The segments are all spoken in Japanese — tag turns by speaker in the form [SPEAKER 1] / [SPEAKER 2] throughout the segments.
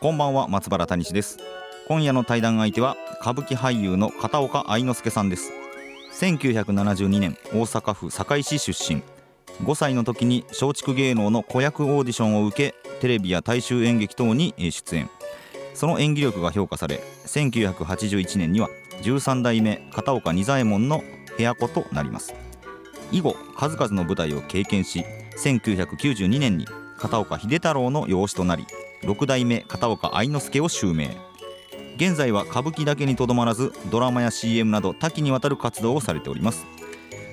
[SPEAKER 1] こんばんは松原谷志です今夜の対談相手は歌舞伎俳優の片岡愛之助さんです1972年大阪府堺市出身5歳の時に松竹芸能の子役オーディションを受けテレビや大衆演劇等に出演その演技力が評価され1981年には13代目片岡仁左衛門の部屋子となります以後数々の舞台を経験し1992年に片岡秀太郎の養子となり6代目片岡愛之助を襲名現在は歌舞伎だけにとどまらずドラマや CM など多岐にわたる活動をされております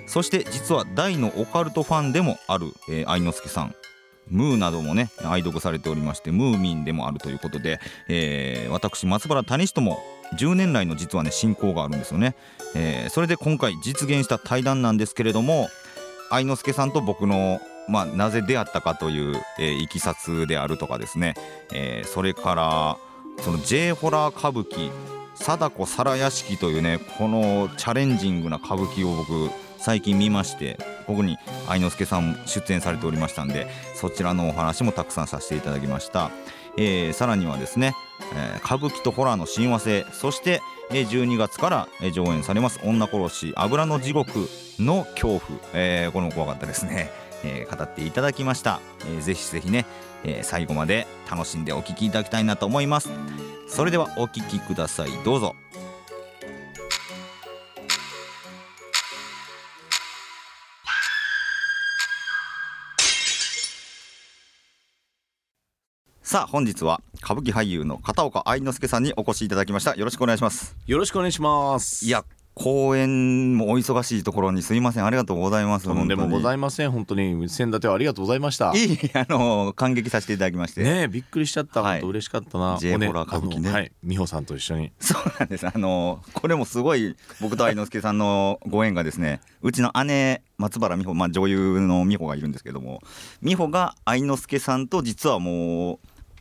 [SPEAKER 1] そして実は大のオカルトファンでもある、えー愛之助さんムーなどもね愛読されておりましてムーミンでもあるということで、えー私松原谷氏とも10年来の実はね親交があるんですよね、えーそれで今回実現した対談なんですけれども愛之助さんと僕の、まあ、なぜ出会ったかという、えーいきさつであるとかですね、えーそれからその J ホラー歌舞伎貞子皿屋敷というねこのチャレンジングな歌舞伎を僕最近見まして僕に愛之助さんも出演されておりましたんでそちらのお話もたくさんさせていただきました、えーさらにはですね、えー歌舞伎とホラーの親和性そして、えー12月から、えー上演されます「女殺し油の地獄」の恐怖、えーこれも怖かったですね、えー語っていただきました、えーぜひぜひね、えー最後まで楽しんでお聴きいただきたいなと思いますそれではお聴きくださいどうぞさあ本日は歌舞伎俳優の片岡愛之助さんにお越しいただきましたよろしくお願いします
[SPEAKER 2] よろしくお願いします。
[SPEAKER 1] いや、公演もお忙しいところにすいませんありがとうございます
[SPEAKER 2] とんでもござ
[SPEAKER 1] い
[SPEAKER 2] いません。本当に先立てはありがとうございました。
[SPEAKER 1] いいあの感激させていただきまして、
[SPEAKER 2] ねえ、びっくりしちゃった。
[SPEAKER 1] はい
[SPEAKER 2] 本当嬉しかったな。
[SPEAKER 1] J
[SPEAKER 2] おね
[SPEAKER 1] ホラー歌舞伎ね
[SPEAKER 2] あのはい、美穂さんと一緒に。
[SPEAKER 1] そうなんですあのこれもすごい僕と愛之助さんのご縁がですねうちの姉松原美穂、まあ、女優の美穂がいるんですけども美穂が愛之助さんと実はもう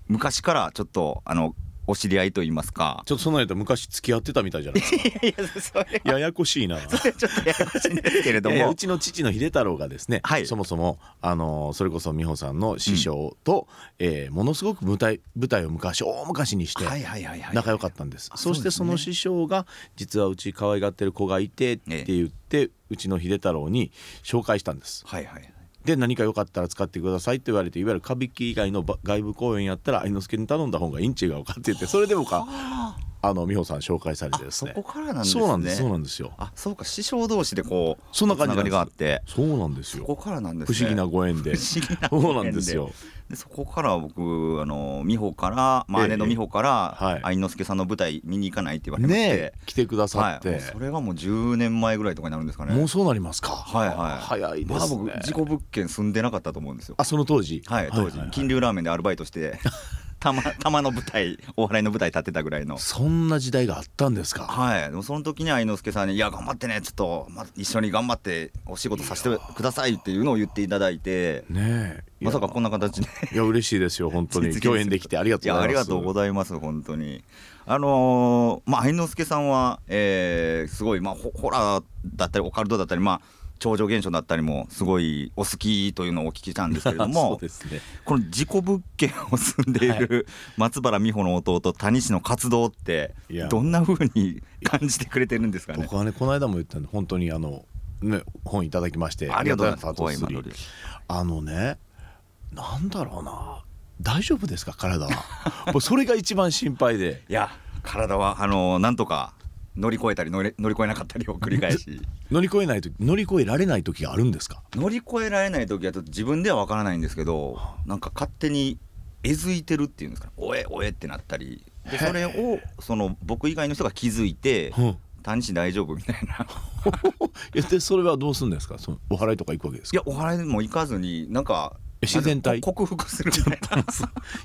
[SPEAKER 1] 昔からちょっとあのお知り合いといいますか
[SPEAKER 2] ちょっとその間昔付き合ってたみたいじゃないですか。
[SPEAKER 1] いやいやそれ
[SPEAKER 2] ややこし いな。い
[SPEAKER 1] ちょっとややこしいんですけれども
[SPEAKER 2] やいやうちの父の秀太郎がですね、
[SPEAKER 1] はい
[SPEAKER 2] そもそもあのそれこそ美穂さんの師匠と、えーものすごく舞台舞台を昔大昔にして
[SPEAKER 1] はいはいはいはい
[SPEAKER 2] 仲良かったんです、
[SPEAKER 1] あ
[SPEAKER 2] そし
[SPEAKER 1] そう
[SPEAKER 2] て
[SPEAKER 1] です
[SPEAKER 2] そ
[SPEAKER 1] ね
[SPEAKER 2] の師匠が実はうち可愛がってる子がいてって言って、うちの秀太郎に紹介したんです
[SPEAKER 1] はいはい
[SPEAKER 2] で何かよかったら使ってくださいって言われていわゆる歌舞伎以外のば外部公演やったら愛之助に頼んだ方がいいん違うかって言 ってそれで僕は
[SPEAKER 1] あ
[SPEAKER 2] あの美穂さん紹介され
[SPEAKER 1] あ
[SPEAKER 2] てです
[SPEAKER 1] そ
[SPEAKER 2] ね
[SPEAKER 1] こからなんですね
[SPEAKER 2] そうなんですそうなんですよ
[SPEAKER 1] あそうか師匠同士でこう
[SPEAKER 2] そんな感じ
[SPEAKER 1] つ
[SPEAKER 2] な
[SPEAKER 1] が
[SPEAKER 2] んで
[SPEAKER 1] り
[SPEAKER 2] す
[SPEAKER 1] があって
[SPEAKER 2] そうなんです
[SPEAKER 1] そ
[SPEAKER 2] よ
[SPEAKER 1] こからなんです
[SPEAKER 2] 不
[SPEAKER 1] ね
[SPEAKER 2] 思議なご縁 で
[SPEAKER 1] 不思議な
[SPEAKER 2] そうなんですよ
[SPEAKER 1] でそこから僕あの美穂から、まあ、
[SPEAKER 2] ええ
[SPEAKER 1] 姉の美穂から、
[SPEAKER 2] はい
[SPEAKER 1] 愛之助さんの舞台見に行かないって言われまし
[SPEAKER 2] ね
[SPEAKER 1] て
[SPEAKER 2] え、来てくださ
[SPEAKER 1] は
[SPEAKER 2] っ
[SPEAKER 1] い、も
[SPEAKER 2] て
[SPEAKER 1] う、それがもう10年前ぐらいとかになるんですかね
[SPEAKER 2] もうそうなりますか
[SPEAKER 1] はいはい
[SPEAKER 2] 早いで
[SPEAKER 1] まだ
[SPEAKER 2] すね、
[SPEAKER 1] 僕事故物件住んでなかったと思うんですよ
[SPEAKER 2] あその当時
[SPEAKER 1] はい当時、
[SPEAKER 2] はいはい
[SPEAKER 1] 金龍ラーメンでアルバイトしてたまたまの舞台お笑いの舞台立ってたぐらいの
[SPEAKER 2] そんな時代があったんですか
[SPEAKER 1] はい、でもその時に愛之助さんに「いや頑張ってねちょっと、ま、一緒に頑張ってお仕事させてください」っていうのを言っていただいて
[SPEAKER 2] ねえ
[SPEAKER 1] まさかこん
[SPEAKER 2] な
[SPEAKER 1] な形で
[SPEAKER 2] いや嬉しいですよ本 当
[SPEAKER 1] 実現す
[SPEAKER 2] に
[SPEAKER 1] る
[SPEAKER 2] 共演できてありがとう
[SPEAKER 1] い
[SPEAKER 2] ご
[SPEAKER 1] や
[SPEAKER 2] ざいます
[SPEAKER 1] ありがとうございます本当にあのーまあ愛之助さんは、えーすごい、まあ、ホホラーだったりオカルトだったりまあ超常現象だったりもすごいお好きというのをお聞きしたんですけれど
[SPEAKER 2] そう
[SPEAKER 1] も
[SPEAKER 2] ですね
[SPEAKER 1] この事故物件を住んでいる松原美穂の弟谷氏の活動って
[SPEAKER 2] いや
[SPEAKER 1] どんな風に感じてくれてるんですかね
[SPEAKER 2] 僕はねこの間も言ったんで本当にあの、ね、本いただきまして
[SPEAKER 1] ありがとうございます
[SPEAKER 2] ありがとうございますあのねなんだろうな大丈夫ですか 体はもうそれが一番心配で
[SPEAKER 1] いや体はあのなんとか乗り越えたり乗り乗り越えなかったりを繰り返し
[SPEAKER 2] 乗り越えないと乗り越えられない時があるんですか
[SPEAKER 1] 乗り越えられない時はちょっと自分ではわからないんですけどなんか勝手にえずいてるっていうんですかねおえおえってなったりでそれをその僕以外の人が気づいて
[SPEAKER 2] うん
[SPEAKER 1] 「単身大丈夫?」みたいな
[SPEAKER 2] いやでそれはどうするんですかそのお祓いとか行くわけです
[SPEAKER 1] い
[SPEAKER 2] か
[SPEAKER 1] やお祓いも行かずになんか
[SPEAKER 2] 自然体
[SPEAKER 1] こ克服するみたいな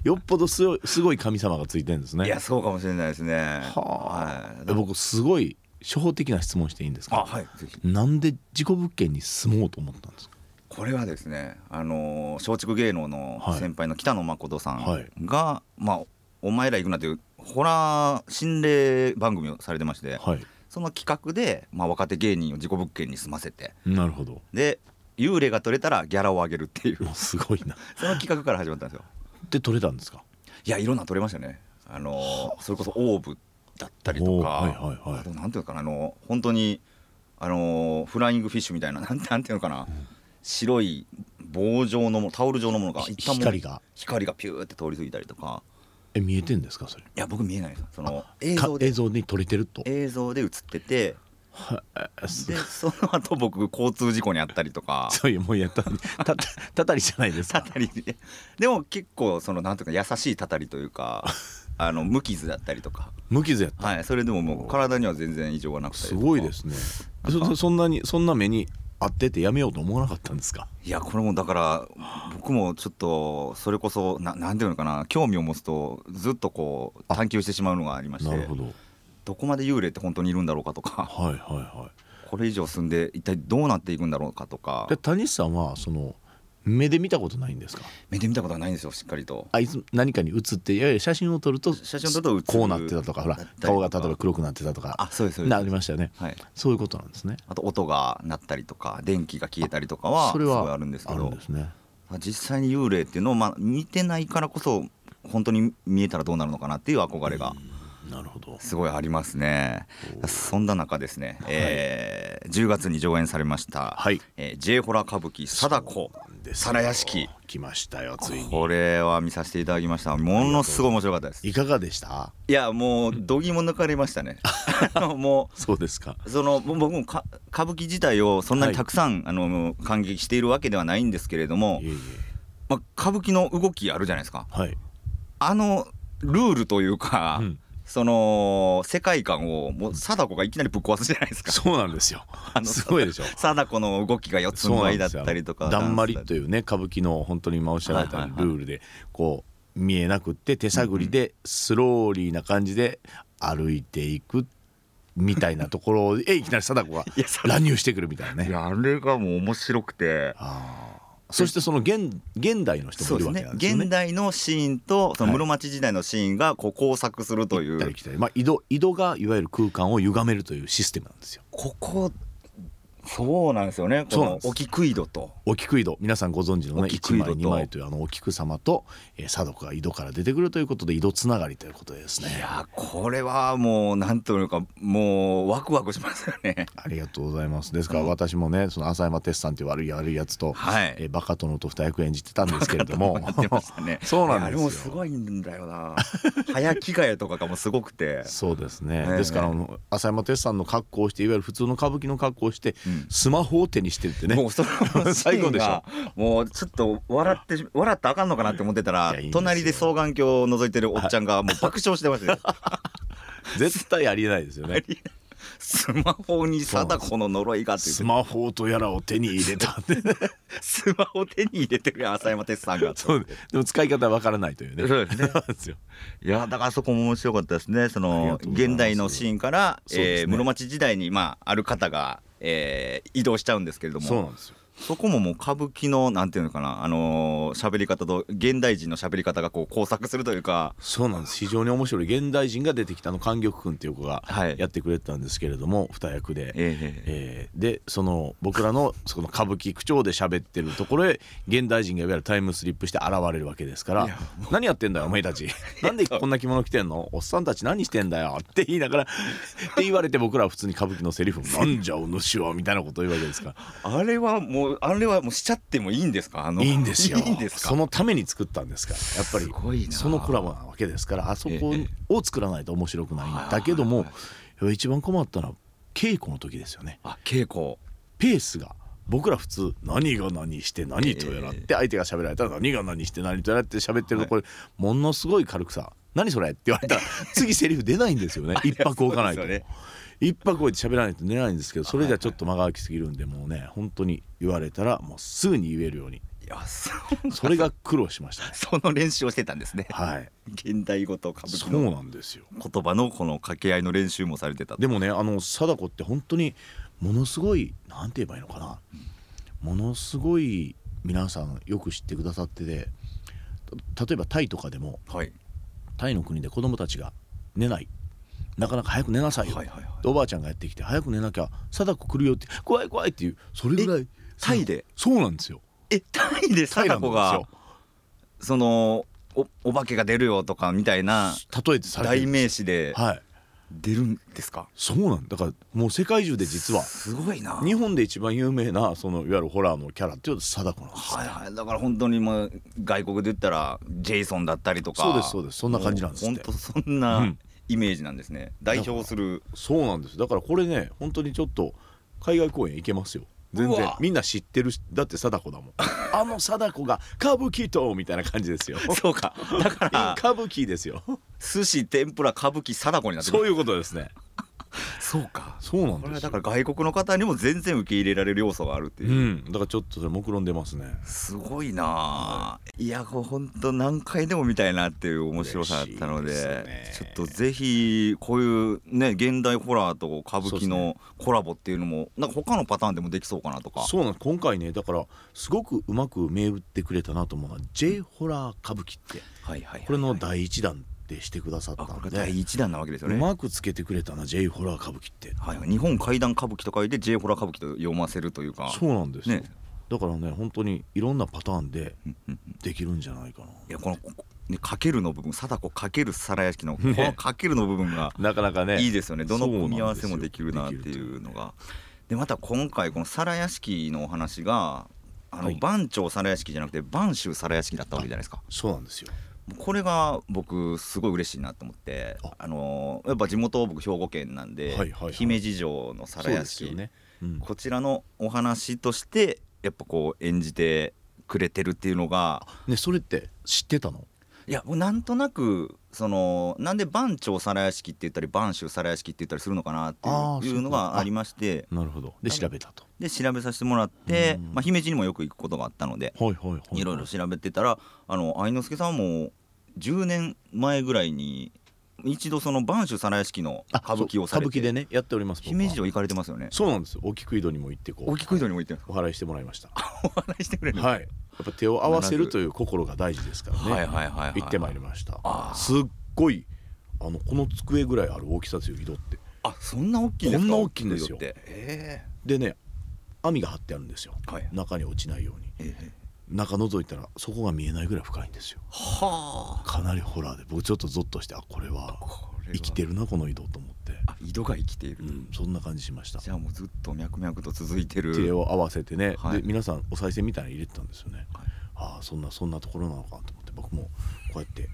[SPEAKER 2] よっぽどすごいすごい神様がついてるんです ね
[SPEAKER 1] いやそうかもしれないですね
[SPEAKER 2] はあ、
[SPEAKER 1] い
[SPEAKER 2] 僕すごい初歩的な質問していいんです
[SPEAKER 1] あ
[SPEAKER 2] か
[SPEAKER 1] はいぜひ
[SPEAKER 2] なんで事故物件に住もうと思ったんですか
[SPEAKER 1] これはですねあのー松竹芸能の
[SPEAKER 2] はい
[SPEAKER 1] 先輩の北野誠さん
[SPEAKER 2] はい
[SPEAKER 1] が、まあお前ら行くなというホラー心霊番組をされてまして、
[SPEAKER 2] はい
[SPEAKER 1] その企画で、まあ、若手芸人を自己物件に住ませて
[SPEAKER 2] なるほど
[SPEAKER 1] で幽霊が取れたらギャラを上げるっていう
[SPEAKER 2] もうすごいな
[SPEAKER 1] その企画から始まったんですよ
[SPEAKER 2] で取れたんですか
[SPEAKER 1] いやいろんなの取れましたねあのーそれこそオーブだったりと
[SPEAKER 2] お
[SPEAKER 1] か、
[SPEAKER 2] ーはいはいはい
[SPEAKER 1] あとなんていうのかなあのー本当にあのーフライングフィッシュみたいな なんてなんていうのかな、白い棒状のものタオル状のものが
[SPEAKER 2] ひ
[SPEAKER 1] 一旦もう
[SPEAKER 2] 光が
[SPEAKER 1] 光がピューって通り過ぎたりとか
[SPEAKER 2] え見えてんですかそ
[SPEAKER 1] い
[SPEAKER 2] れ
[SPEAKER 1] や僕見えないですその映
[SPEAKER 2] 映像
[SPEAKER 1] 像で
[SPEAKER 2] 映像に撮れてると
[SPEAKER 1] 映像で映ってて
[SPEAKER 2] あす
[SPEAKER 1] でその後僕交通事故にあったりと か
[SPEAKER 2] そういうもうやったたたたりじゃな いです
[SPEAKER 1] た
[SPEAKER 2] か
[SPEAKER 1] たりででも結構そのなんていうか優しいたたりという かあの無傷だったりとか、
[SPEAKER 2] 無傷やった
[SPEAKER 1] はい、それでももう体には全然異常はなくて
[SPEAKER 2] すごいですねそそそんなにそんな目に合っててやめようと思わなかったんですか
[SPEAKER 1] いやこれもだから僕もちょっとそれこそななんていうのかな興味を持つとずっとこう探求してしまうのがありまし
[SPEAKER 2] なる
[SPEAKER 1] て
[SPEAKER 2] ほど
[SPEAKER 1] どこまで幽霊って本当にいるんだろうかとか
[SPEAKER 2] はいはいはい
[SPEAKER 1] これ以上住んで一体どうなっていくんだろうかとか
[SPEAKER 2] で谷さんはその目で見たことないんですか
[SPEAKER 1] 目で見たことはないんですよしっかりと。
[SPEAKER 2] あいつ何かに映っていやいや写真を撮ると
[SPEAKER 1] 写真を撮ると映る
[SPEAKER 2] こうなってたとかほら
[SPEAKER 1] だったりとか
[SPEAKER 2] 顔が例えば黒くなってたとか
[SPEAKER 1] あそうですそうです
[SPEAKER 2] なりましたよね
[SPEAKER 1] はい、
[SPEAKER 2] そういうことなんですね
[SPEAKER 1] あと音が鳴ったりとか電気が消えたりとかは
[SPEAKER 2] そ
[SPEAKER 1] す
[SPEAKER 2] れ
[SPEAKER 1] ご
[SPEAKER 2] はい
[SPEAKER 1] あるんですけ
[SPEAKER 2] あるん
[SPEAKER 1] ど
[SPEAKER 2] ですね
[SPEAKER 1] 実際に幽霊っていうのを、まあ、見てないからこそ本当に見えたらどうなるのかなっていう憧れが
[SPEAKER 2] なるほど
[SPEAKER 1] すごいありますね、そんな中ですね、えー10月に上演されました「
[SPEAKER 2] はい
[SPEAKER 1] えー J ホラー歌舞伎貞子皿屋敷
[SPEAKER 2] 来ましたよつい」に
[SPEAKER 1] これは見させていただきましたものすごい面白かったです
[SPEAKER 2] いかがでした
[SPEAKER 1] いやもう度肝抜かれました ねあのもう
[SPEAKER 2] そうですか
[SPEAKER 1] そのぼ僕もか歌舞伎自体をそんなにたくさん、あの感激しているわけではないんですけれども
[SPEAKER 2] い、えいえ
[SPEAKER 1] まあ、歌舞伎の動きあるじゃないですか
[SPEAKER 2] はい
[SPEAKER 1] あのルールというか、
[SPEAKER 2] うん
[SPEAKER 1] その世界観をもう貞子がいきなりぶっ壊すじゃないですか
[SPEAKER 2] そうなん ですよ
[SPEAKER 1] の
[SPEAKER 2] すごいでしょ
[SPEAKER 1] 貞子の動きが四つん
[SPEAKER 2] そうな
[SPEAKER 1] 這
[SPEAKER 2] ん
[SPEAKER 1] いだ
[SPEAKER 2] で
[SPEAKER 1] っ
[SPEAKER 2] すよ
[SPEAKER 1] たりとか
[SPEAKER 2] だんまり
[SPEAKER 1] ダンス
[SPEAKER 2] というね歌舞伎の本当に今おっしゃられた
[SPEAKER 1] は
[SPEAKER 2] ル
[SPEAKER 1] いはいはい
[SPEAKER 2] ールでこう見えなくって手探りでスローリーな感じで歩いていくみたいなところへいきなり貞子が
[SPEAKER 1] いや貞子
[SPEAKER 2] 乱入してくるみたい
[SPEAKER 1] だった
[SPEAKER 2] な
[SPEAKER 1] りい
[SPEAKER 2] ね。
[SPEAKER 1] やあれがもう面白くて
[SPEAKER 2] あーそしてその現現代の人
[SPEAKER 1] そ
[SPEAKER 2] も
[SPEAKER 1] う
[SPEAKER 2] い
[SPEAKER 1] で
[SPEAKER 2] る
[SPEAKER 1] すね
[SPEAKER 2] わけなんですよね。
[SPEAKER 1] 現代のシーンとその
[SPEAKER 2] はい
[SPEAKER 1] 室町時代のシーンがこう交錯するという、
[SPEAKER 2] 行ったり来たりまあ井戸井戸がいわゆる空間を歪めるというシステムなんですよ。
[SPEAKER 1] ここそうなんですよね
[SPEAKER 2] そう
[SPEAKER 1] こ
[SPEAKER 2] なん
[SPEAKER 1] の
[SPEAKER 2] です
[SPEAKER 1] お菊井戸と
[SPEAKER 2] お菊井戸皆さんご存知の
[SPEAKER 1] お
[SPEAKER 2] ね
[SPEAKER 1] 菊
[SPEAKER 2] 1
[SPEAKER 1] 井戸
[SPEAKER 2] 枚
[SPEAKER 1] と
[SPEAKER 2] 2枚というあのお菊様と、えー、貞子が井戸から出てくるということで井戸つながりということですね。
[SPEAKER 1] いやこれはもうなんというかもうワクワクしますよね
[SPEAKER 2] ありがとうございます。ですから私もね、その浅山哲さんという悪い悪いやつと、
[SPEAKER 1] はい
[SPEAKER 2] えーバカ殿と二役演じてたんですけれども、
[SPEAKER 1] なってましたね
[SPEAKER 2] そうな
[SPEAKER 1] い
[SPEAKER 2] んですよ
[SPEAKER 1] やあれもすごいんだよな早着替えとかがもうすごくて
[SPEAKER 2] そうですね。
[SPEAKER 1] ええ
[SPEAKER 2] ですからあの浅山哲さんの格好をして、いわゆる普通の歌舞伎の格好をして、
[SPEAKER 1] うん
[SPEAKER 2] スマホを手にしてるってね。
[SPEAKER 1] もうそのシーンが
[SPEAKER 2] 最高でしょ
[SPEAKER 1] もうちょっと笑ってし笑ったらあかんのかなって思ってた
[SPEAKER 2] い
[SPEAKER 1] ら
[SPEAKER 2] やいいんですよ
[SPEAKER 1] 隣で双眼鏡を覗いてるおっちゃんがもう爆笑してましたよ
[SPEAKER 2] 絶対ありえないですよね。
[SPEAKER 1] スマホに貞子の呪いがって言っ
[SPEAKER 2] ス
[SPEAKER 1] て
[SPEAKER 2] マホとやらを手に入れたって、 ね、
[SPEAKER 1] スマホ手に入れてるやん浅山哲さんが
[SPEAKER 2] そうでも使い方わからないというね。
[SPEAKER 1] そう ですね
[SPEAKER 2] なんですよ。
[SPEAKER 1] いやだからそこも面白かったですねそ
[SPEAKER 2] ありが
[SPEAKER 1] の
[SPEAKER 2] とうございます
[SPEAKER 1] 現代のシーンから、
[SPEAKER 2] そうで
[SPEAKER 1] え
[SPEAKER 2] す
[SPEAKER 1] ー
[SPEAKER 2] ね
[SPEAKER 1] 室町時代に、まあ、ある方が、えー移動しちゃうんですけれども
[SPEAKER 2] そうなんですよ。
[SPEAKER 1] そこももう歌舞伎のなんていうのかなあのー喋り方と現代人の喋り方がこう交錯するというか
[SPEAKER 2] そうなんです非常に面白い現代人が出てきたあの莟玉君っていう子が
[SPEAKER 1] はい
[SPEAKER 2] やってくれてたんですけれども、二役で、
[SPEAKER 1] ええ
[SPEAKER 2] えーでその僕らのその歌舞伎口調で喋ってるところへ現代人がいわゆるタイムスリップして現れるわけですから「何やってんだよお 前たちなんでこんな着物着てんのおっさんたち何してんだよ」って言いながらって言われて僕らは普通に歌舞伎のセ リフ「なんじゃお主は」みたいなことを言うわけですから
[SPEAKER 1] あれはもうあれはもうしちゃってもいいんですかあの
[SPEAKER 2] いいんですよ
[SPEAKER 1] いいんです
[SPEAKER 2] そ
[SPEAKER 1] か
[SPEAKER 2] のために作ったんですからやっぱり
[SPEAKER 1] すごいな
[SPEAKER 2] そのコラボなわけですからあそこ
[SPEAKER 1] え
[SPEAKER 2] を作らないと面白くないんだけども一番困ったのは稽古の時ですよね。
[SPEAKER 1] あ稽古
[SPEAKER 2] ペースが僕ら普通何が何して何とやらって相手が喋られたら何が何して何とやらって喋ってるとこれものすごい軽くさ「何それ?」って言われ たら次セリフ出ないんですよね一泊置かないと
[SPEAKER 1] そうですよね。
[SPEAKER 2] 一泊置いて喋らないと寝ないんですけどそれじゃちょっと間が空きすぎるんでもうね本当に言われたらもうすぐに言えるように
[SPEAKER 1] いやそ
[SPEAKER 2] それが苦労しましたね
[SPEAKER 1] その練習をしてたんですね
[SPEAKER 2] はい
[SPEAKER 1] 現代語と歌舞
[SPEAKER 2] そ
[SPEAKER 1] 伎
[SPEAKER 2] う
[SPEAKER 1] の
[SPEAKER 2] なんですよ
[SPEAKER 1] 言葉のこの掛け合いの練習もされてた
[SPEAKER 2] でもねあの貞子って本当にものすごいなんて言えばいいのかなものすごい皆さんよく知ってくださっててた例えばタイとかでも
[SPEAKER 1] はい
[SPEAKER 2] タイの国で子供たちが寝ないなかなか早く寝なさいよ、
[SPEAKER 1] はいはいはい
[SPEAKER 2] でおばあちゃんがやってきて早く寝なきゃ貞子来るよって怖い怖いっていうそれぐらい
[SPEAKER 1] タイで
[SPEAKER 2] そうなんですよ
[SPEAKER 1] えタイで
[SPEAKER 2] タイな
[SPEAKER 1] 貞
[SPEAKER 2] んで
[SPEAKER 1] 子
[SPEAKER 2] す
[SPEAKER 1] が
[SPEAKER 2] よ
[SPEAKER 1] そのおお化けが出るよとかみたいな
[SPEAKER 2] 例えてされて
[SPEAKER 1] 代
[SPEAKER 2] る
[SPEAKER 1] 名詞で
[SPEAKER 2] はい
[SPEAKER 1] 出るんですか
[SPEAKER 2] そうなんだからもう世界中で実は
[SPEAKER 1] すごいな
[SPEAKER 2] 日本で一番有名なそのいわゆるホラーのキャラっていうのは貞子なんです
[SPEAKER 1] はいはいだから本当にまあ外国で言ったらジェイソンだったりとか
[SPEAKER 2] そうですそうですそんな感じなんです
[SPEAKER 1] も
[SPEAKER 2] って
[SPEAKER 1] う本当そん
[SPEAKER 2] う
[SPEAKER 1] なんイメージなんですね、代表する
[SPEAKER 2] そうなんですだからこれね本当にちょっと海外公演行けますよ全
[SPEAKER 1] う
[SPEAKER 2] 然
[SPEAKER 1] わ
[SPEAKER 2] みんな知ってるしだって貞子だも んあの貞子が歌舞伎とみたいな感じ ですよ
[SPEAKER 1] そうかだか
[SPEAKER 2] In
[SPEAKER 1] ら
[SPEAKER 2] 歌舞伎ですよ
[SPEAKER 1] 寿司天ぷら歌舞伎貞子になってく
[SPEAKER 2] そ
[SPEAKER 1] る
[SPEAKER 2] ういうことですね
[SPEAKER 1] そうか
[SPEAKER 2] そうなん
[SPEAKER 1] これ
[SPEAKER 2] で
[SPEAKER 1] は
[SPEAKER 2] す
[SPEAKER 1] だ
[SPEAKER 2] よ
[SPEAKER 1] から外国の方にも全然受け入れられる要素があるっていうう、
[SPEAKER 2] んだからちょっとそれ目論んでますね
[SPEAKER 1] すごいなあいやこう本当何回でも見たいなっていう面白さだったので
[SPEAKER 2] 嬉しいです
[SPEAKER 1] ちょ
[SPEAKER 2] ね
[SPEAKER 1] っとぜひこういうね現代ホラーと歌舞伎のコラボっていうのもなんか他のパターンでもできそうかなとか
[SPEAKER 2] そうなん今回ねだからすごくうまく銘打ってくれたなと思うのは J ホラー歌舞伎って
[SPEAKER 1] はいはいはい
[SPEAKER 2] これの第一弾でしてくださった
[SPEAKER 1] あこ
[SPEAKER 2] の
[SPEAKER 1] れ
[SPEAKER 2] で、
[SPEAKER 1] が第一弾なわけですよ
[SPEAKER 2] う
[SPEAKER 1] ね、
[SPEAKER 2] まくつけてくれたな J ホラー歌舞伎って
[SPEAKER 1] はい、日本怪談歌舞伎と書いて J ホラー歌舞伎と読ませるというか
[SPEAKER 2] そうなんですよ、
[SPEAKER 1] ね
[SPEAKER 2] だからね本当にいろんなパターンで
[SPEAKER 1] うんうんうん
[SPEAKER 2] できるんじゃないか
[SPEAKER 1] いやこのここねかけるの部分貞子かける皿焼きのこ
[SPEAKER 2] ね
[SPEAKER 1] のかけるの部分が
[SPEAKER 2] ななかなかね
[SPEAKER 1] いいですよねどの
[SPEAKER 2] そうなん
[SPEAKER 1] 組
[SPEAKER 2] です
[SPEAKER 1] み
[SPEAKER 2] よ
[SPEAKER 1] 合わせもできるなっていうのがでまた今回この皿屋敷のお話があ
[SPEAKER 2] は
[SPEAKER 1] の
[SPEAKER 2] い
[SPEAKER 1] 番長皿屋敷じゃなくて番州皿屋敷だったわけじゃないですか
[SPEAKER 2] そうなんですよ
[SPEAKER 1] もうこれが僕すごい嬉しいなと思って
[SPEAKER 2] あ
[SPEAKER 1] あのやっぱ地元僕兵庫県なんで
[SPEAKER 2] はいはいはい
[SPEAKER 1] 姫路城の
[SPEAKER 2] そう
[SPEAKER 1] 皿屋
[SPEAKER 2] です
[SPEAKER 1] 敷
[SPEAKER 2] よね、うん
[SPEAKER 1] こちらのお話としてやっぱこう演じてくれてるっていうのが
[SPEAKER 2] ねそれって知ってたの
[SPEAKER 1] いやもうなんとなくそのなんで番長皿屋敷って言ったり番州皿屋敷って言ったりするのかなって
[SPEAKER 2] あー
[SPEAKER 1] いういうの
[SPEAKER 2] そうか
[SPEAKER 1] がありまして
[SPEAKER 2] なるほどで調べたと
[SPEAKER 1] で調べさせてもらって
[SPEAKER 2] うん、
[SPEAKER 1] まあ、姫路にもよく行くことがあったので
[SPEAKER 2] はいはいはい
[SPEAKER 1] いろいろ調べてたらあの愛之助さんはもう10年前ぐらいに一度その番州皿屋敷の
[SPEAKER 2] あ
[SPEAKER 1] 歌舞伎を
[SPEAKER 2] そ
[SPEAKER 1] さ
[SPEAKER 2] う
[SPEAKER 1] れ
[SPEAKER 2] 歌舞伎で
[SPEAKER 1] て
[SPEAKER 2] ねやっております僕は
[SPEAKER 1] 姫路城行かれてますよね
[SPEAKER 2] そうなんです大きく井戸にも行ってこう
[SPEAKER 1] 大きく井戸にも行ってます
[SPEAKER 2] お祓いしてもらいました
[SPEAKER 1] お話ししてくれる
[SPEAKER 2] はいやっぱ手を合わせるという心が大事ですからね、
[SPEAKER 1] はいはいはいはい
[SPEAKER 2] 行ってまいりました
[SPEAKER 1] あー
[SPEAKER 2] すっごいあのこの机ぐらいある大きさですよ井戸って
[SPEAKER 1] あそんな大きいんですか
[SPEAKER 2] こんな大きいんですよ
[SPEAKER 1] 井戸ってえ
[SPEAKER 2] でね網が張ってあるんですよ、
[SPEAKER 1] はい
[SPEAKER 2] 中に落ちないように
[SPEAKER 1] えええ
[SPEAKER 2] 中覗いたらそこが見えないぐらい深いんですよ
[SPEAKER 1] はあ
[SPEAKER 2] かなりホラーで僕ちょっとゾッとしてあこれは
[SPEAKER 1] これは
[SPEAKER 2] 生きてるなこの井戸と思って、
[SPEAKER 1] あ井戸が生きている、
[SPEAKER 2] うん、そんな感じしました
[SPEAKER 1] じゃあもうずっと脈々と続いてる
[SPEAKER 2] 手を合わせてね、
[SPEAKER 1] はい
[SPEAKER 2] で皆さんお賽銭みたいに入れてたんですよね、
[SPEAKER 1] はい
[SPEAKER 2] ああそんなそんなところなのかなと思って僕もこうやって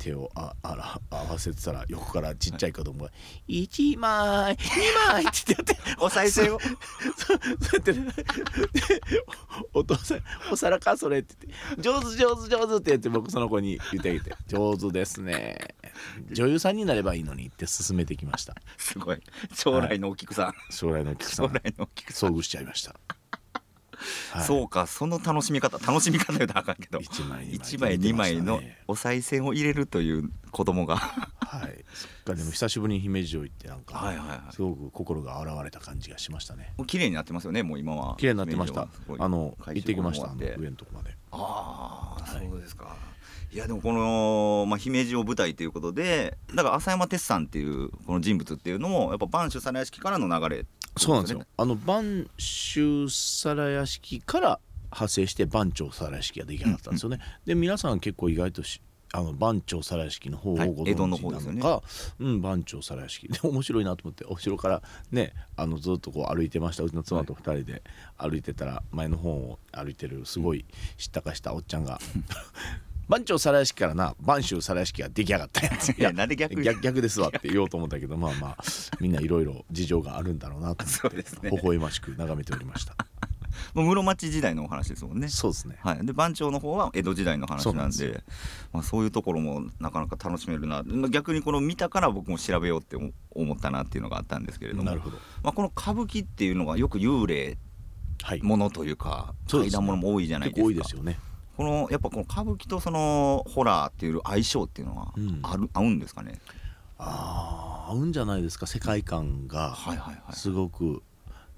[SPEAKER 2] 手をああら合わせてたら横からちっちゃい子供が「1枚2枚」ってやって
[SPEAKER 1] お賽銭を
[SPEAKER 2] そうそうやってねでおお父さん「お皿かそれ」って言って「上手上手上手」ってやって僕その子に言ってあげて「上手ですね女優さんになればいいのに」って勧めてきました
[SPEAKER 1] すごい将来のお菊さん、
[SPEAKER 2] 将来のお客さ
[SPEAKER 1] 将
[SPEAKER 2] ん
[SPEAKER 1] 来のお菊さん、
[SPEAKER 2] 遭遇しちゃいました、はい
[SPEAKER 1] そうかその楽しみ方楽しみ方言うたらあかんけど
[SPEAKER 2] 一枚
[SPEAKER 1] 1枚2枚のお賽銭を入れるという子供が
[SPEAKER 2] はいそっかでも久しぶりに姫路城行ってなんか
[SPEAKER 1] いはいは
[SPEAKER 2] すごく心が洗われた感じがしましたね
[SPEAKER 1] もう綺麗になってますよねもう今は
[SPEAKER 2] 綺麗になってまし
[SPEAKER 1] イ
[SPEAKER 2] た
[SPEAKER 1] メージはすごい
[SPEAKER 2] あの行
[SPEAKER 1] 改
[SPEAKER 2] っ
[SPEAKER 1] 修
[SPEAKER 2] てき
[SPEAKER 1] 工事
[SPEAKER 2] ま
[SPEAKER 1] もあっ
[SPEAKER 2] したあの
[SPEAKER 1] て
[SPEAKER 2] 上のとこまで
[SPEAKER 1] ああ、
[SPEAKER 2] はい
[SPEAKER 1] そうですかいやでもこの、まあ、姫路を舞台ということでだから浅山哲さんっていうこの人物っていうのもやっぱ播州皿屋敷からの流れ
[SPEAKER 2] そうなんですよ
[SPEAKER 1] ね
[SPEAKER 2] あの播州皿屋敷から派生して番長皿屋敷が出来上がったんですよね、で皆さん結構意外としあの番長皿屋敷の方をご
[SPEAKER 1] はい
[SPEAKER 2] 存
[SPEAKER 1] 江戸の
[SPEAKER 2] 知
[SPEAKER 1] 方
[SPEAKER 2] な
[SPEAKER 1] ですよ
[SPEAKER 2] の
[SPEAKER 1] ね
[SPEAKER 2] か、うん番長皿屋敷で面白いなと思ってお城からねあのずっとこう歩いてましたうちの妻と二人で歩いてたら前の方を歩いてるすごい知ったかしたおっちゃんが 「番長皿屋敷からな播州皿屋敷が出来上がったやつ」
[SPEAKER 1] いやなんで逆に
[SPEAKER 2] 逆逆ですわって言おうと思ったけどまあまあみんないろいろ事情があるんだろうなと
[SPEAKER 1] そう
[SPEAKER 2] 思っ
[SPEAKER 1] で
[SPEAKER 2] て
[SPEAKER 1] すね
[SPEAKER 2] 微笑ましく眺めておりました
[SPEAKER 1] もう室町時代のお話ですもんね
[SPEAKER 2] そうですね
[SPEAKER 1] はい、で番長の方は江戸時代の話
[SPEAKER 2] そう
[SPEAKER 1] な
[SPEAKER 2] なんん
[SPEAKER 1] で
[SPEAKER 2] ですよ
[SPEAKER 1] まあ、そういうところもなかなか楽しめるなまあ逆にこの見たから僕も調べようって思思ったなっていうのがあったんですけれども
[SPEAKER 2] なるほど
[SPEAKER 1] まあ、この歌舞伎っていうのがよく幽霊
[SPEAKER 2] はい
[SPEAKER 1] ものというか、
[SPEAKER 2] そう
[SPEAKER 1] 怪
[SPEAKER 2] ですね
[SPEAKER 1] 談ものも多いじゃない
[SPEAKER 2] 結
[SPEAKER 1] です
[SPEAKER 2] 構
[SPEAKER 1] か
[SPEAKER 2] 多いですよね
[SPEAKER 1] このやっぱこの歌舞伎とそのホラーっていう相性っていうのは
[SPEAKER 2] うん
[SPEAKER 1] ある、合うんですかね
[SPEAKER 2] ああ合うんじゃないですか世界観が
[SPEAKER 1] はいはいはい
[SPEAKER 2] すごく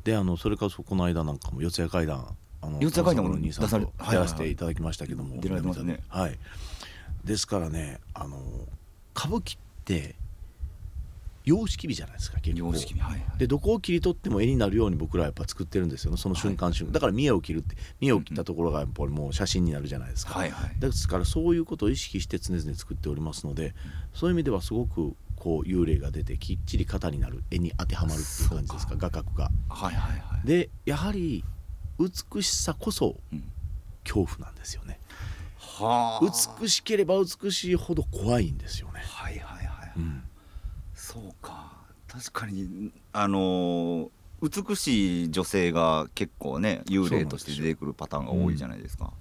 [SPEAKER 2] であのそれこそこの間なんかも四谷怪談あの
[SPEAKER 1] 四谷怪談も
[SPEAKER 2] の兄さんと
[SPEAKER 1] 出されはいはいはい
[SPEAKER 2] やらせていただきましたけども
[SPEAKER 1] 出られてますね
[SPEAKER 2] はいですからねあの歌舞伎って様式美じゃないですか結構
[SPEAKER 1] 様式にはいはい
[SPEAKER 2] でどこを切り取っても絵になるように僕らはやっぱ作ってるんですよねその瞬間瞬間、だから見栄を切るって見栄を切ったところがやっぱりもう写真になるじゃないですか、
[SPEAKER 1] はいはい
[SPEAKER 2] ですからそういうことを意識して常々作っておりますのでそういう意味ではすごくこう幽霊が出てきっちり型になる絵に当てはまるっていう感じですか画角が。
[SPEAKER 1] はいはいはい
[SPEAKER 2] でやはり美しさこそ
[SPEAKER 1] うん
[SPEAKER 2] 恐怖なんですよね
[SPEAKER 1] はあ
[SPEAKER 2] 美しければ美しいほど怖いんですよね。
[SPEAKER 1] はいはいはい、
[SPEAKER 2] うん
[SPEAKER 1] そうか確かにあのー美しい女性が結構ね幽霊として出てくるパターンが多いじゃないですか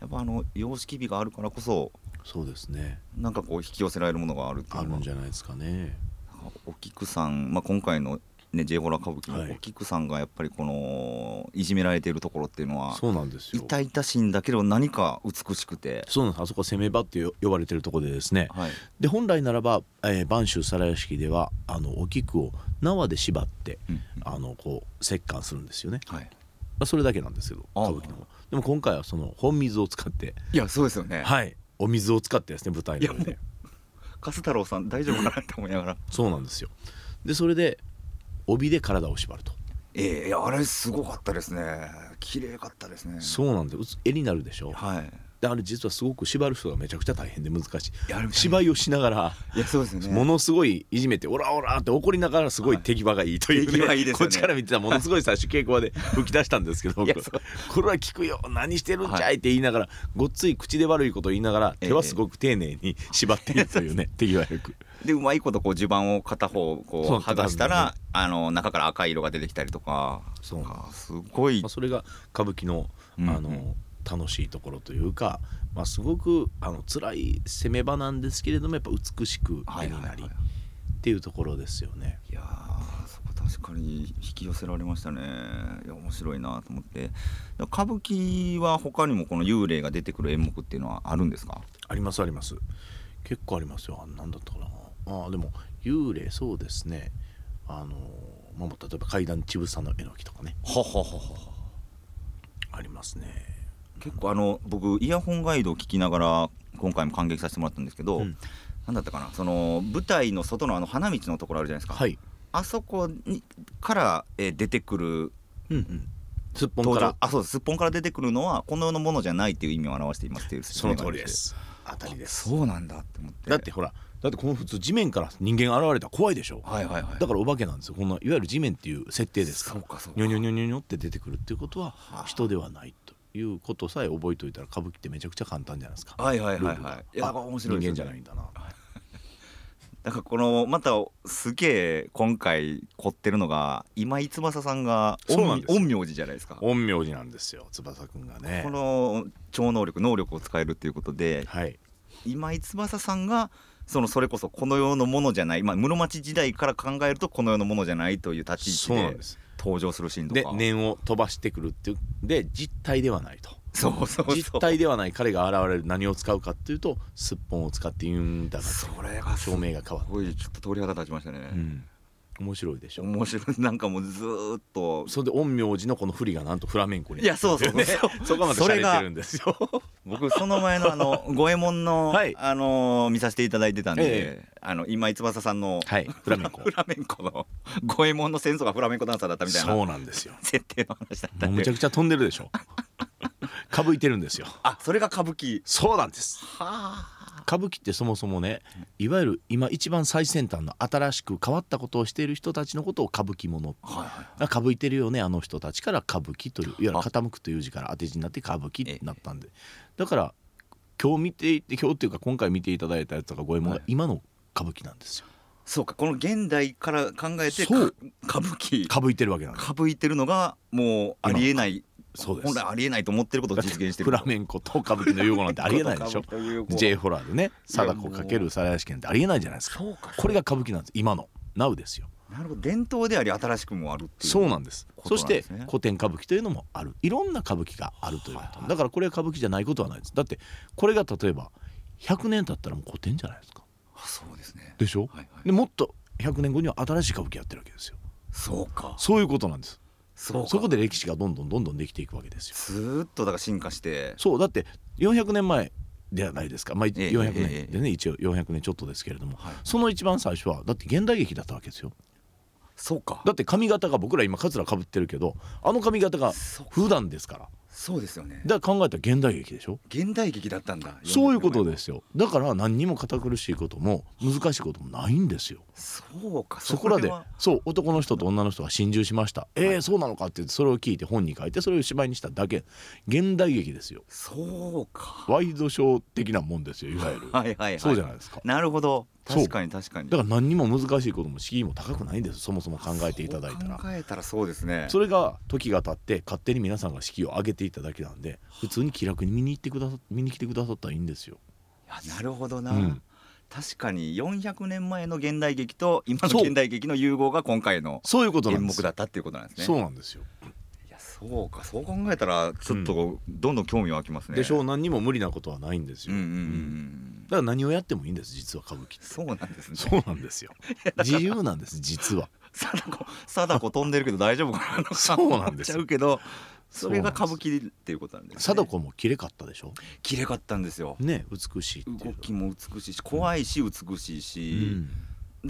[SPEAKER 1] やっぱあの様式美があるからこそ
[SPEAKER 2] そうですね
[SPEAKER 1] なんかこう引き寄せられるものがあるっていう
[SPEAKER 2] あ
[SPEAKER 1] の
[SPEAKER 2] る
[SPEAKER 1] は
[SPEAKER 2] んじゃないですかね。
[SPEAKER 1] なんかお菊さん、まあ、今回の、ね「J ホラー歌舞伎」
[SPEAKER 2] は
[SPEAKER 1] もお
[SPEAKER 2] い
[SPEAKER 1] 菊さんがやっぱりこのいじめられているところっていうのは
[SPEAKER 2] そうなんですよ
[SPEAKER 1] 痛々しいんだけど何か美しくて、
[SPEAKER 2] そうなんですあそこ攻め場ってよ呼ばれてるところでですね
[SPEAKER 1] はい、
[SPEAKER 2] で本来ならば、えー、播州皿屋敷ではあのお菊を縄で縛って
[SPEAKER 1] うん
[SPEAKER 2] あのこう折檻するんですよね、
[SPEAKER 1] はい、
[SPEAKER 2] まあ、それだけなんですけど
[SPEAKER 1] あ
[SPEAKER 2] 歌舞伎の方でも今回はその本水を使って
[SPEAKER 1] いやそうですよね、
[SPEAKER 2] はいお水を使ってですね舞台の
[SPEAKER 1] いや
[SPEAKER 2] 上で
[SPEAKER 1] 粕太郎さん大丈夫かなって思いな がら
[SPEAKER 2] そうなんですよでそれで帯で体を縛ると、
[SPEAKER 1] ええいやあれすごかったですね綺麗かったですね
[SPEAKER 2] そうなんです絵になるでしょ
[SPEAKER 1] はい
[SPEAKER 2] であれ実はすごく縛る人がめちゃくちゃ大変で難しい
[SPEAKER 1] いやあれ
[SPEAKER 2] 芝居をしながら
[SPEAKER 1] いやそうですよね
[SPEAKER 2] ものすごいいじめて「オラオラ!」って怒りながらすごい手際がいいという、
[SPEAKER 1] 手際いいですよね
[SPEAKER 2] こっちから見てたらものすごい最初稽古場で吹き出したんですけ ど
[SPEAKER 1] いや
[SPEAKER 2] 僕
[SPEAKER 1] そう
[SPEAKER 2] これは聞くよ何してるんじゃいって言いながらごっつい口で悪いことを言いながら
[SPEAKER 1] ええ
[SPEAKER 2] 手はすごく丁寧に縛っているという ね手際よく
[SPEAKER 1] でうまいことこう地盤を片方こ
[SPEAKER 2] そう
[SPEAKER 1] う剥がした
[SPEAKER 2] 片
[SPEAKER 1] ら、あの中から赤い色が出てきたりとか
[SPEAKER 2] そうなん
[SPEAKER 1] かすごい
[SPEAKER 2] まあそれが歌舞伎の
[SPEAKER 1] うんうん
[SPEAKER 2] あの楽しいところというか、まあ、すごくあの辛い攻め場なんですけれどもやっぱ美しく絵になりっていうところですよね。
[SPEAKER 1] いやーそこ確かに引き寄せられましたねいや面白いなと思って歌舞伎は他にもこの幽霊が出てくる演目っていうのはあるんですか
[SPEAKER 2] ありますあります結構ありますよあなんだったかなあーでも幽霊そうですねあのーまあ、例えば階段ちぶさのえのきとかね
[SPEAKER 1] はははは
[SPEAKER 2] ありますね
[SPEAKER 1] 結構あの僕イヤホンガイドを聞きながら今回も感激させてもらったんですけど、
[SPEAKER 2] うん
[SPEAKER 1] なんだったかなその舞台の外のあの花道のところあるじゃないですか、
[SPEAKER 2] はい
[SPEAKER 1] あそこにから、えー出てくる
[SPEAKER 2] うんうんすっぽんか
[SPEAKER 1] 登
[SPEAKER 2] ら
[SPEAKER 1] 場あそうですすっぽんから出てくるのはこの世のものじゃないっていう意味を表していますっていう
[SPEAKER 2] その通りです当たりです
[SPEAKER 1] そうなんだって思って
[SPEAKER 2] だってほらだってこの普通地面から人間現れたら怖いでしょ
[SPEAKER 1] はいはいはい
[SPEAKER 2] だからお化けなんですよこんないわゆる地面っていう設定ですから
[SPEAKER 1] そうかそうか
[SPEAKER 2] ニョニョニョニョニョって出てくるっていうことは
[SPEAKER 1] はあ
[SPEAKER 2] 人ではないということさえ覚えておいたら歌舞伎ってめちゃくちゃ簡単じゃないですか
[SPEAKER 1] はいはい
[SPEAKER 2] ル
[SPEAKER 1] は
[SPEAKER 2] ー
[SPEAKER 1] い
[SPEAKER 2] ル
[SPEAKER 1] は
[SPEAKER 2] が
[SPEAKER 1] い。いや
[SPEAKER 2] あ
[SPEAKER 1] 面白いです
[SPEAKER 2] 人
[SPEAKER 1] よ
[SPEAKER 2] 間
[SPEAKER 1] ね
[SPEAKER 2] じゃないんだな
[SPEAKER 1] だからこのまたすげえ今回凝ってるのが今井翼さんが
[SPEAKER 2] そうな
[SPEAKER 1] 陰
[SPEAKER 2] んですよ
[SPEAKER 1] 陰陽師じゃないですか。こ
[SPEAKER 2] 陰陽師なんですよ翼くんがね
[SPEAKER 1] の超能力能力を使えるっていうことで
[SPEAKER 2] はい
[SPEAKER 1] 今井翼さんがそのそれこそこの世のものじゃない、まあ、室町時代から考えるとこの世のものじゃないという立ち
[SPEAKER 2] そう
[SPEAKER 1] 位
[SPEAKER 2] な
[SPEAKER 1] 置
[SPEAKER 2] ん
[SPEAKER 1] で
[SPEAKER 2] です
[SPEAKER 1] 登場するシーンと
[SPEAKER 2] で
[SPEAKER 1] か。
[SPEAKER 2] 念を飛ばしてくるっていうで実体ではないと
[SPEAKER 1] そうそうそう
[SPEAKER 2] 実体ではない彼が現れる何を使うかっていうとすっぽんを使って言うんだが
[SPEAKER 1] それがす
[SPEAKER 2] 照明が変わる、
[SPEAKER 1] ごいちょっと鳥肌立ちましたね。
[SPEAKER 2] うん、面白いでしょ
[SPEAKER 1] 面白いなんかもうずーっと
[SPEAKER 2] それで陰陽師のこの振りがなんとフラメンコに
[SPEAKER 1] いやそうそうそう、
[SPEAKER 2] そこまで
[SPEAKER 1] そ
[SPEAKER 2] さ
[SPEAKER 1] れ
[SPEAKER 2] れ
[SPEAKER 1] が
[SPEAKER 2] てるんですよ
[SPEAKER 1] 僕その前のあ の五右衛門の、
[SPEAKER 2] はい
[SPEAKER 1] あのー見させていただいてたんで、
[SPEAKER 2] え
[SPEAKER 1] あの今井翼さんの、
[SPEAKER 2] はいフラメンコ
[SPEAKER 1] フラメンコの五右衛門の先祖がフラメンコダンサーだったみたい
[SPEAKER 2] そ
[SPEAKER 1] な
[SPEAKER 2] うなんですよ
[SPEAKER 1] 設定の話だった
[SPEAKER 2] もうんむ
[SPEAKER 1] で
[SPEAKER 2] ちゃくちゃ飛んでるでしょ かぶいてるんですよ
[SPEAKER 1] あそれが歌舞伎
[SPEAKER 2] そうなんです
[SPEAKER 1] はあ
[SPEAKER 2] 歌舞伎ってそもそもねいわゆる今一番最先端の新しく変わったことをしている人たちのことを歌舞伎もの
[SPEAKER 1] はいはい
[SPEAKER 2] 歌舞いてるよねあの人たちから歌舞伎といういわゆる
[SPEAKER 1] あ
[SPEAKER 2] 傾くという字から当て字になって歌舞伎になったんでだから今日見ていて今日っていうか今回見ていただいたやつとか五右衛門が
[SPEAKER 1] はい
[SPEAKER 2] 今の歌舞伎なんですよ
[SPEAKER 1] そうかこの現代から考えてか
[SPEAKER 2] そう
[SPEAKER 1] 歌舞伎
[SPEAKER 2] 歌舞いてるわけなんです
[SPEAKER 1] 歌舞いてるのがもうありえない
[SPEAKER 2] そうです
[SPEAKER 1] 本来ありえないと思ってることを実現してる
[SPEAKER 2] フラメンコと歌舞伎の融合なんてありえないでしょ
[SPEAKER 1] フラメンコと歌舞伎の融合
[SPEAKER 2] J ホラーでね貞子かける皿屋敷なんてありえないじゃないですか
[SPEAKER 1] そうか
[SPEAKER 2] これが歌舞伎なんです今の Now ですよ
[SPEAKER 1] なるほど伝統であり新しくもあるっていう
[SPEAKER 2] そうなんです
[SPEAKER 1] こと
[SPEAKER 2] そ
[SPEAKER 1] なん
[SPEAKER 2] し
[SPEAKER 1] で
[SPEAKER 2] て
[SPEAKER 1] すね
[SPEAKER 2] 古典歌舞伎というのもあるいろんな歌舞伎があるということだからこれは歌舞伎じゃないことはないですだってこれが例えば100年経ったらもう古典じゃないですか
[SPEAKER 1] あそうですね
[SPEAKER 2] でしょ、
[SPEAKER 1] はいはい
[SPEAKER 2] でもっと100年後には新しい歌舞伎やってるわけですよ
[SPEAKER 1] そうか
[SPEAKER 2] そういうことなんです
[SPEAKER 1] そうか
[SPEAKER 2] そこで歴史がどんどんどんどんできていくわけですよ
[SPEAKER 1] ずーっとだから進化して
[SPEAKER 2] そうだって400年前ではないですか、まあ、
[SPEAKER 1] ええ
[SPEAKER 2] 400
[SPEAKER 1] ええ
[SPEAKER 2] 年でね一応400年ちょっとですけれども、
[SPEAKER 1] はい
[SPEAKER 2] その一番最初はだって現代劇だったわけですよ
[SPEAKER 1] そうか
[SPEAKER 2] だって髪型が僕ら今カツラかぶってるけどあの髪型が
[SPEAKER 1] そう
[SPEAKER 2] 普段ですから
[SPEAKER 1] そうですよね
[SPEAKER 2] だから考えたら現代劇でしょ
[SPEAKER 1] 現代劇だったんだ
[SPEAKER 2] そういうことですすよだから何にも堅苦しいことも難しいこともないんですよ
[SPEAKER 1] そうか
[SPEAKER 2] そこらで
[SPEAKER 1] は
[SPEAKER 2] そう男の人と女の人が心中しました、えー、そうなのかって言ってそれを聞いて本に書いてそれを芝居にしただけ現代劇ですよ
[SPEAKER 1] そうか
[SPEAKER 2] ワイドショー的なもんですよいわゆる
[SPEAKER 1] はいはいはい
[SPEAKER 2] そうじゃないですか
[SPEAKER 1] なるほど
[SPEAKER 2] そう
[SPEAKER 1] 確かに確かに
[SPEAKER 2] だから何にも難しいことも敷居も高くないんですそもそも考えていただいた
[SPEAKER 1] そう
[SPEAKER 2] ら
[SPEAKER 1] 考えたらそうですね
[SPEAKER 2] それが時が経って勝手に皆さんが敷居を上げていただけなんで普通に気楽に見に行ってくださ見に来てくださったらいいんですよ
[SPEAKER 1] あなるほどな、
[SPEAKER 2] うん
[SPEAKER 1] 確かに400年前の現代劇と今の
[SPEAKER 2] そう
[SPEAKER 1] 現代劇の融合が今回の
[SPEAKER 2] そういうことな
[SPEAKER 1] 演
[SPEAKER 2] んで
[SPEAKER 1] 目
[SPEAKER 2] す
[SPEAKER 1] だったっていうことなんですね
[SPEAKER 2] そうなんですよ、
[SPEAKER 1] いやそうかそう考えたらちょっとどんどん興味湧きますね、
[SPEAKER 2] でし
[SPEAKER 1] う
[SPEAKER 2] ょう何にも無理なことはないんです
[SPEAKER 1] うん
[SPEAKER 2] よ、
[SPEAKER 1] うんうんう
[SPEAKER 2] だ
[SPEAKER 1] ん
[SPEAKER 2] から何をやってもいいんです実は歌舞伎っ て
[SPEAKER 1] そうなんですね
[SPEAKER 2] そうなんですよ 自由なんです実は
[SPEAKER 1] 貞子貞子飛んでるけど大丈夫かな
[SPEAKER 2] そうなんです
[SPEAKER 1] ちゃうけどそれが歌舞伎っていうことなんです、ね、
[SPEAKER 2] 貞子も綺麗かったでしょ
[SPEAKER 1] 綺麗かったんですよ
[SPEAKER 2] ね美しいってい
[SPEAKER 1] 動
[SPEAKER 2] う
[SPEAKER 1] きも美しいし怖いし美しいし、
[SPEAKER 2] の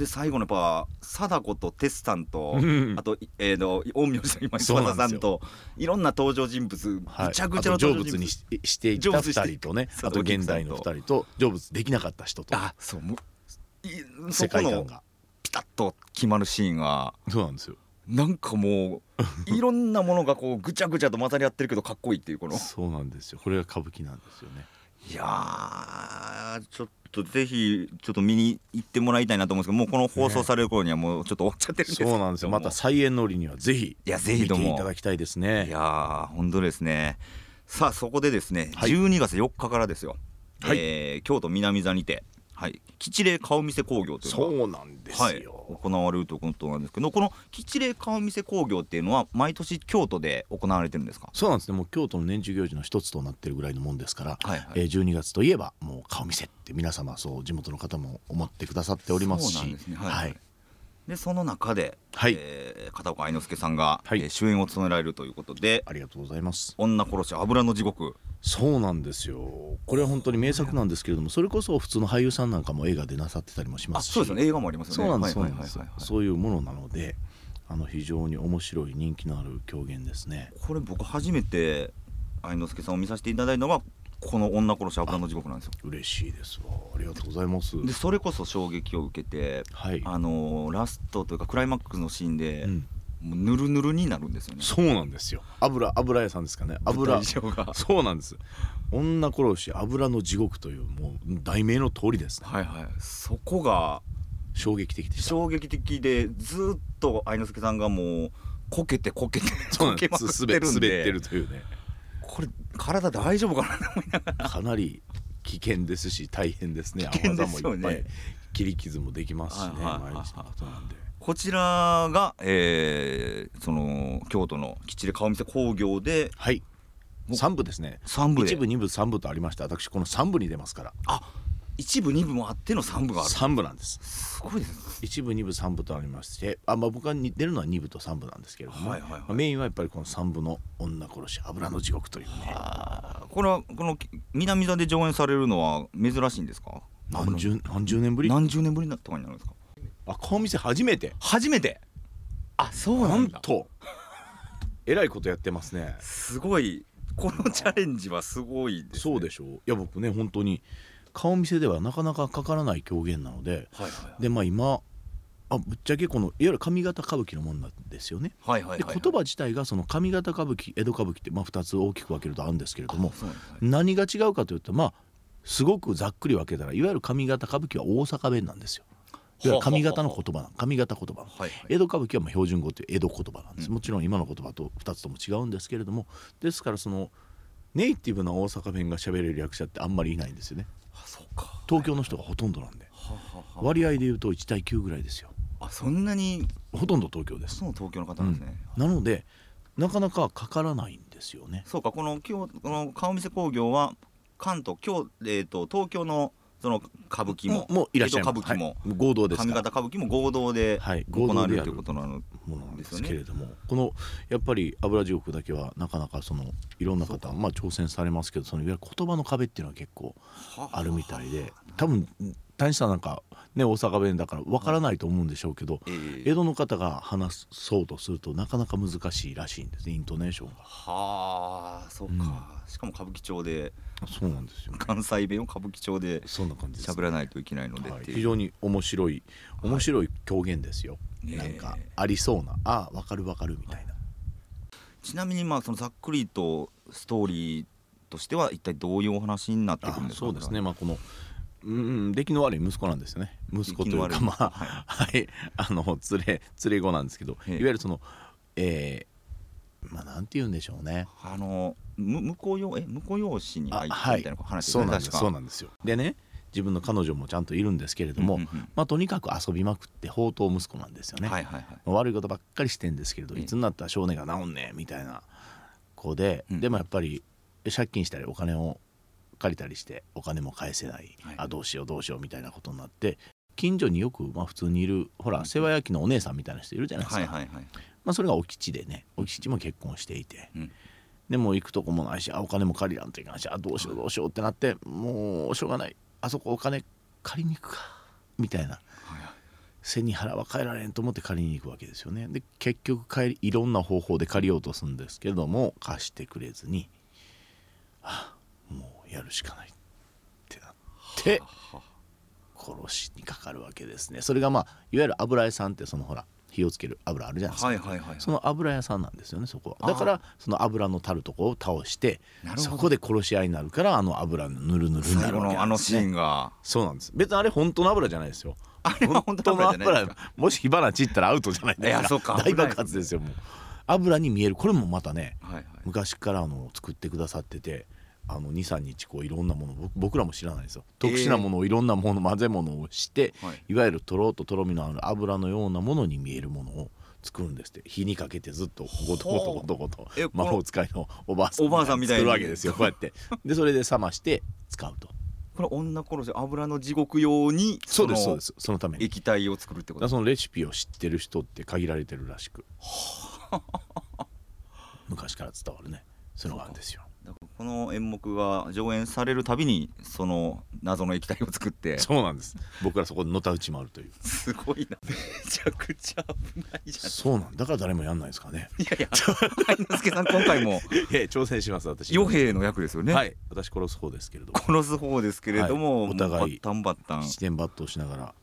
[SPEAKER 1] で最後のやっぱ貞子とテスさんと、
[SPEAKER 2] うん
[SPEAKER 1] あと、えー、の陰陽師の今
[SPEAKER 2] そう
[SPEAKER 1] 島
[SPEAKER 2] な
[SPEAKER 1] 田
[SPEAKER 2] んで
[SPEAKER 1] さ
[SPEAKER 2] すよ
[SPEAKER 1] んといろんな登場人物、
[SPEAKER 2] はい
[SPEAKER 1] ぐちゃぐちゃ
[SPEAKER 2] あ
[SPEAKER 1] の
[SPEAKER 2] と成
[SPEAKER 1] 登場人
[SPEAKER 2] 仏
[SPEAKER 1] 物
[SPEAKER 2] にししていた
[SPEAKER 1] 成
[SPEAKER 2] 2
[SPEAKER 1] 仏して
[SPEAKER 2] 人とね
[SPEAKER 1] 佐
[SPEAKER 2] あと
[SPEAKER 1] 藤健
[SPEAKER 2] 現代の2人と成仏できなかった人と
[SPEAKER 1] あそうもういそ
[SPEAKER 2] 世
[SPEAKER 1] こ
[SPEAKER 2] 界観
[SPEAKER 1] の
[SPEAKER 2] が
[SPEAKER 1] ピタッと決まるシーンは
[SPEAKER 2] そうなんですよ
[SPEAKER 1] なんかもういろんなものがこうぐちゃぐちゃと混ざり合ってるけどかっこいいっていうこの
[SPEAKER 2] そうなんですよこれが歌舞伎なんですよね
[SPEAKER 1] いやーちょっとぜひちょっと見に行ってもらいたいなと思うんですけどもうこの放送される頃にはもうちょっと終わっちゃってるんですけど
[SPEAKER 2] そうなんですよまた再演の折にはぜひ
[SPEAKER 1] いやぜひ
[SPEAKER 2] 見
[SPEAKER 1] と
[SPEAKER 2] て
[SPEAKER 1] も
[SPEAKER 2] いただきたいですね
[SPEAKER 1] いやー本当ですねさあそこでですね、
[SPEAKER 2] はい
[SPEAKER 1] 12月4日からですよ、
[SPEAKER 2] はい
[SPEAKER 1] えー京都南座にて、はい、吉霊顔見せ工業というのが
[SPEAKER 2] そうなんです
[SPEAKER 1] はい、
[SPEAKER 2] よ
[SPEAKER 1] 行われるということなんですけどこの吉霊顔見せ工業っていうのは毎年京都で行われてるんですか
[SPEAKER 2] そうなんですねもう京都の年中行事の一つとなってるぐらいのもんですから、
[SPEAKER 1] はいはい
[SPEAKER 2] えー12月といえばもう顔見せって皆様そう地元の方も思ってくださっておりますし
[SPEAKER 1] そうなんですねは
[SPEAKER 2] はいい、
[SPEAKER 1] でその中で、
[SPEAKER 2] はい
[SPEAKER 1] えー片岡愛之助さんが、
[SPEAKER 2] はい
[SPEAKER 1] えー主演を務められるということで
[SPEAKER 2] ありがとうございます
[SPEAKER 1] 「女殺し油の地獄
[SPEAKER 2] そうなんですよこれは本当に名作なんですけれどもそれこそ普通の俳優さんなんかも映画でなさってたりもし」
[SPEAKER 1] あ
[SPEAKER 2] ますし
[SPEAKER 1] そうですよね映画もあります
[SPEAKER 2] そ
[SPEAKER 1] よね
[SPEAKER 2] うなんです、
[SPEAKER 1] はい
[SPEAKER 2] そうなんです
[SPEAKER 1] はいはいはい
[SPEAKER 2] そういうものなのであの非常に面白い人気のある狂言ですね
[SPEAKER 1] これ僕初めて愛之助さんを見させていただいたのがこの「女殺し油の地獄」なんですよ
[SPEAKER 2] 嬉しいですわありがとうございます
[SPEAKER 1] でそれこそ衝撃を受けて、
[SPEAKER 2] はい
[SPEAKER 1] あのーラストというかクライマックスのシーンで、
[SPEAKER 2] うん
[SPEAKER 1] もうぬるぬるになるんですよね
[SPEAKER 2] そうなんですよ油油屋さんですかね 油
[SPEAKER 1] 舞台上が
[SPEAKER 2] そうなんです女殺し油の地獄というもう題名の通りですね
[SPEAKER 1] はいはいそこが
[SPEAKER 2] 衝撃的でした
[SPEAKER 1] 衝撃的でずっと愛之助さんがもうこけてこけて
[SPEAKER 2] そう
[SPEAKER 1] こ
[SPEAKER 2] なん
[SPEAKER 1] け
[SPEAKER 2] で
[SPEAKER 1] まく
[SPEAKER 2] す
[SPEAKER 1] っ
[SPEAKER 2] 滑
[SPEAKER 1] て
[SPEAKER 2] 滑
[SPEAKER 1] るん
[SPEAKER 2] っ
[SPEAKER 1] で
[SPEAKER 2] てるというね
[SPEAKER 1] これ体大丈夫かな
[SPEAKER 2] かなり危険ですし大変ですね
[SPEAKER 1] 危険ですよね
[SPEAKER 2] 泡もいっぱい切り傷もできますしね
[SPEAKER 1] はいはいはいはい
[SPEAKER 2] 毎日のことなんで
[SPEAKER 1] こちらが、えー、その京都の吉で顔見せ工業で
[SPEAKER 2] はい三部ですね
[SPEAKER 1] 3部で
[SPEAKER 2] 一部二部三部とありました私この三部に出ますから
[SPEAKER 1] あ一部二部もあっての3部がある
[SPEAKER 2] 三部なんです
[SPEAKER 1] すごいです
[SPEAKER 2] 一部二部三部とありましてあ、まあ、僕が似てるのは二部と三部なんですけれども、
[SPEAKER 1] はいはいはい
[SPEAKER 2] まあメインはやっぱりこの三部の「女殺し油の地獄」というね
[SPEAKER 1] あーこれはこの南座で上演されるのは珍しいんですか
[SPEAKER 2] 何十何十年ぶり
[SPEAKER 1] 何十年ぶりなとかになるんですか
[SPEAKER 2] あ顔見せ初めて
[SPEAKER 1] 初めてあそう
[SPEAKER 2] なんとえらいことやってますね
[SPEAKER 1] すごいこのチャレンジはすごいです、
[SPEAKER 2] そうでしょういや僕ね本当に顔見せではなかなかかからない狂言なので
[SPEAKER 1] はいはい
[SPEAKER 2] でまあ今あぶっちゃけこのいわゆる上方歌舞伎のもんなんですよね
[SPEAKER 1] はいはいはい
[SPEAKER 2] で
[SPEAKER 1] はい
[SPEAKER 2] 言葉自体がその上方歌舞伎江戸歌舞伎ってまあ2つ大きく分けるとあるんですけれども
[SPEAKER 1] そうなんですね
[SPEAKER 2] 何が違うかというとまあすごくざっくり分けたらいわゆる上方歌舞伎は大阪弁なんですよ。いわゆる上方の言葉な上方言葉なの
[SPEAKER 1] はいはい
[SPEAKER 2] 江戸歌舞伎はまあ標準語という江戸言葉なんです、もちろん今の言葉と2つとも違うんですけれどもですからそのネイティブな大阪弁が喋れる役者ってあんまりいないんですよね
[SPEAKER 1] あそうか
[SPEAKER 2] 東京の人がほとんどなんで
[SPEAKER 1] ははは
[SPEAKER 2] 割合で言うと1対9ぐらいですよ
[SPEAKER 1] あそんなに
[SPEAKER 2] ほとんど東京です
[SPEAKER 1] そう東京の方なんですね、
[SPEAKER 2] なのでなかなかかからないんですよね
[SPEAKER 1] そうかこの今日この顔見せ工業は関東今日、えー、と東京のその歌舞伎も
[SPEAKER 2] もういらっしゃいます
[SPEAKER 1] 江戸歌舞伎も、
[SPEAKER 2] はい合同です
[SPEAKER 1] 上
[SPEAKER 2] から
[SPEAKER 1] 方歌舞伎も合同で
[SPEAKER 2] はい
[SPEAKER 1] 行わ
[SPEAKER 2] 合同
[SPEAKER 1] れ
[SPEAKER 2] で
[SPEAKER 1] る
[SPEAKER 2] や
[SPEAKER 1] とい
[SPEAKER 2] る
[SPEAKER 1] うことなの
[SPEAKER 2] ものなんですけれども、このやっぱり油地獄だけはなかなかそのいろんな
[SPEAKER 1] そうか
[SPEAKER 2] 方まあ挑戦されますけどそのいわゆる言葉の壁っていうのは結構あるみたいで多分谷さんなんかね大阪弁だからわからないと思うんでしょうけど、
[SPEAKER 1] えー
[SPEAKER 2] 江戸の方が話そうとするとなかなか難しいらしいんですねイントネーションが。
[SPEAKER 1] はあそうか、しかも歌舞伎町で
[SPEAKER 2] そうなんですよ、ね。
[SPEAKER 1] 関西弁を歌舞伎町で
[SPEAKER 2] そんな感じです
[SPEAKER 1] 喋。らないといけないのでっ
[SPEAKER 2] はい
[SPEAKER 1] て
[SPEAKER 2] 非
[SPEAKER 1] いう、
[SPEAKER 2] 常に面白い面白い表現ですよ。
[SPEAKER 1] ねえ
[SPEAKER 2] なんかありそうなあわかるわかるみたいな。
[SPEAKER 1] ちなみにまあそのざっくりとストーリーとしては一体どういうお話になってくるんで
[SPEAKER 2] あ
[SPEAKER 1] すか
[SPEAKER 2] そうですね、まあ、この、うんうん、出来の悪い息子なんですよね息子とい
[SPEAKER 1] 出来
[SPEAKER 2] う
[SPEAKER 1] の悪い
[SPEAKER 2] か
[SPEAKER 1] 息子
[SPEAKER 2] まあはい、あの連れ連れ子なんですけど、
[SPEAKER 1] ええ
[SPEAKER 2] いわゆるそのえー、まあなんて言うんでしょうね
[SPEAKER 1] あのむ婿養え婿養子に入った
[SPEAKER 2] は
[SPEAKER 1] みたいな話です
[SPEAKER 2] そ
[SPEAKER 1] ね
[SPEAKER 2] うなんです
[SPEAKER 1] 確か
[SPEAKER 2] そうなんですよでね自分の彼女もちゃんといるんですけれども、
[SPEAKER 1] うんうんうん
[SPEAKER 2] まあ、とにかく遊びまくって放蕩息子なんですよね、
[SPEAKER 1] はいはいはい
[SPEAKER 2] 悪いことばっかりしてんですけれど
[SPEAKER 1] ええ
[SPEAKER 2] いつになったら少年が治んねえみたいな子で、
[SPEAKER 1] うん
[SPEAKER 2] でもやっぱり借金したりお金を借りたりしてお金も返せない、
[SPEAKER 1] はい
[SPEAKER 2] あどうしようどうしようみたいなことになって近所によく、まあ、普通にいるほら世話焼きのお姉さんみたいな人いるじゃないですか、
[SPEAKER 1] はいはいはい
[SPEAKER 2] まあ、それがお吉でねお吉も結婚していて、
[SPEAKER 1] うん
[SPEAKER 2] でもう行くとこもないしあお金も借りらんといかんしあどうしようどうしようってなってもうしょうがないあそこお金借りに行くかみたいな
[SPEAKER 1] はいはい
[SPEAKER 2] 背に腹は変えられんと思って借りに行くわけですよねで結局帰りいろんな方法で借りようとするんですけども貸してくれずにあもうやるしかないってなって殺しにかかるわけですねそれがまあいわゆる油絵さんってそのほら火をつける油あるじゃないですか、
[SPEAKER 1] はいはいはい
[SPEAKER 2] その油屋さんなんですよねそこ
[SPEAKER 1] あ
[SPEAKER 2] はだからその油のたるとこを倒して
[SPEAKER 1] なるほど
[SPEAKER 2] そこで殺し合いになるからあの油のぬるぬるにな
[SPEAKER 1] 最
[SPEAKER 2] る
[SPEAKER 1] 後
[SPEAKER 2] わけ
[SPEAKER 1] の
[SPEAKER 2] な
[SPEAKER 1] あ
[SPEAKER 2] ん
[SPEAKER 1] の
[SPEAKER 2] で
[SPEAKER 1] シ
[SPEAKER 2] す
[SPEAKER 1] ーン
[SPEAKER 2] ね
[SPEAKER 1] が
[SPEAKER 2] そうなんです別にあれ本当の油じゃないですよ
[SPEAKER 1] あれは本当の油じゃないですか
[SPEAKER 2] もし火花散ったらアウトじゃないですか
[SPEAKER 1] いやそうか
[SPEAKER 2] 大爆発ですよもう油に見えるこれもまたね
[SPEAKER 1] はいはい
[SPEAKER 2] 昔からあの作ってくださっててあの23日こういろんなもの僕僕らも知らないですよ特殊なものをいろんなもの混ぜ物をして、
[SPEAKER 1] はい
[SPEAKER 2] いわゆるとろっととろみのある油のようなものに見えるものを作るんですって火にかけてずっとゴトゴトゴト ゴト
[SPEAKER 1] えこの
[SPEAKER 2] 魔法使いのおばあさん
[SPEAKER 1] おばあさんみたいに
[SPEAKER 2] 作るわけですよこうやってでそれで冷まして使うと
[SPEAKER 1] これ女殺し油の地獄用に
[SPEAKER 2] そうです
[SPEAKER 1] の
[SPEAKER 2] そうですそのために
[SPEAKER 1] 液体を作るってこ
[SPEAKER 2] だから
[SPEAKER 1] と
[SPEAKER 2] そのレシピを知ってる人って限られてるらし く昔から伝わるねそういうのがあるんですよ
[SPEAKER 1] だからこの演目が上演されるたびにその謎の液体を作って
[SPEAKER 2] そうなんです僕らそこでのたうち回るという
[SPEAKER 1] すごいなめちゃくちゃ危ないじゃん
[SPEAKER 2] そうなんだから誰もやんないですかね
[SPEAKER 1] いやいや愛之助さん今回も
[SPEAKER 2] ええ挑戦します私
[SPEAKER 1] 与兵衛の役ですよね、
[SPEAKER 2] はい私殺す方ですけれども
[SPEAKER 1] 殺す方ですけれども、
[SPEAKER 2] はいお互
[SPEAKER 1] バ
[SPEAKER 2] い
[SPEAKER 1] ッタンバッタン
[SPEAKER 2] 一年抜刀しながら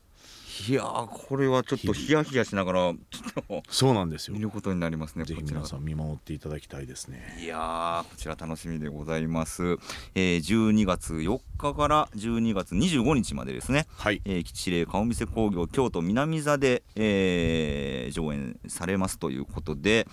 [SPEAKER 1] いやーこれはちょっとヒヤヒヤしながらちょっと
[SPEAKER 2] そうなんですよ
[SPEAKER 1] 見ることになりますね
[SPEAKER 2] ぜひ
[SPEAKER 1] こちら
[SPEAKER 2] 皆さん見守っていただきたいですね
[SPEAKER 1] いやーこちら楽しみでございます、えー、12月4日から12月25日までですね、
[SPEAKER 2] はい
[SPEAKER 1] えー、吉霊顔見世工業京都南座で、えー上演されますということで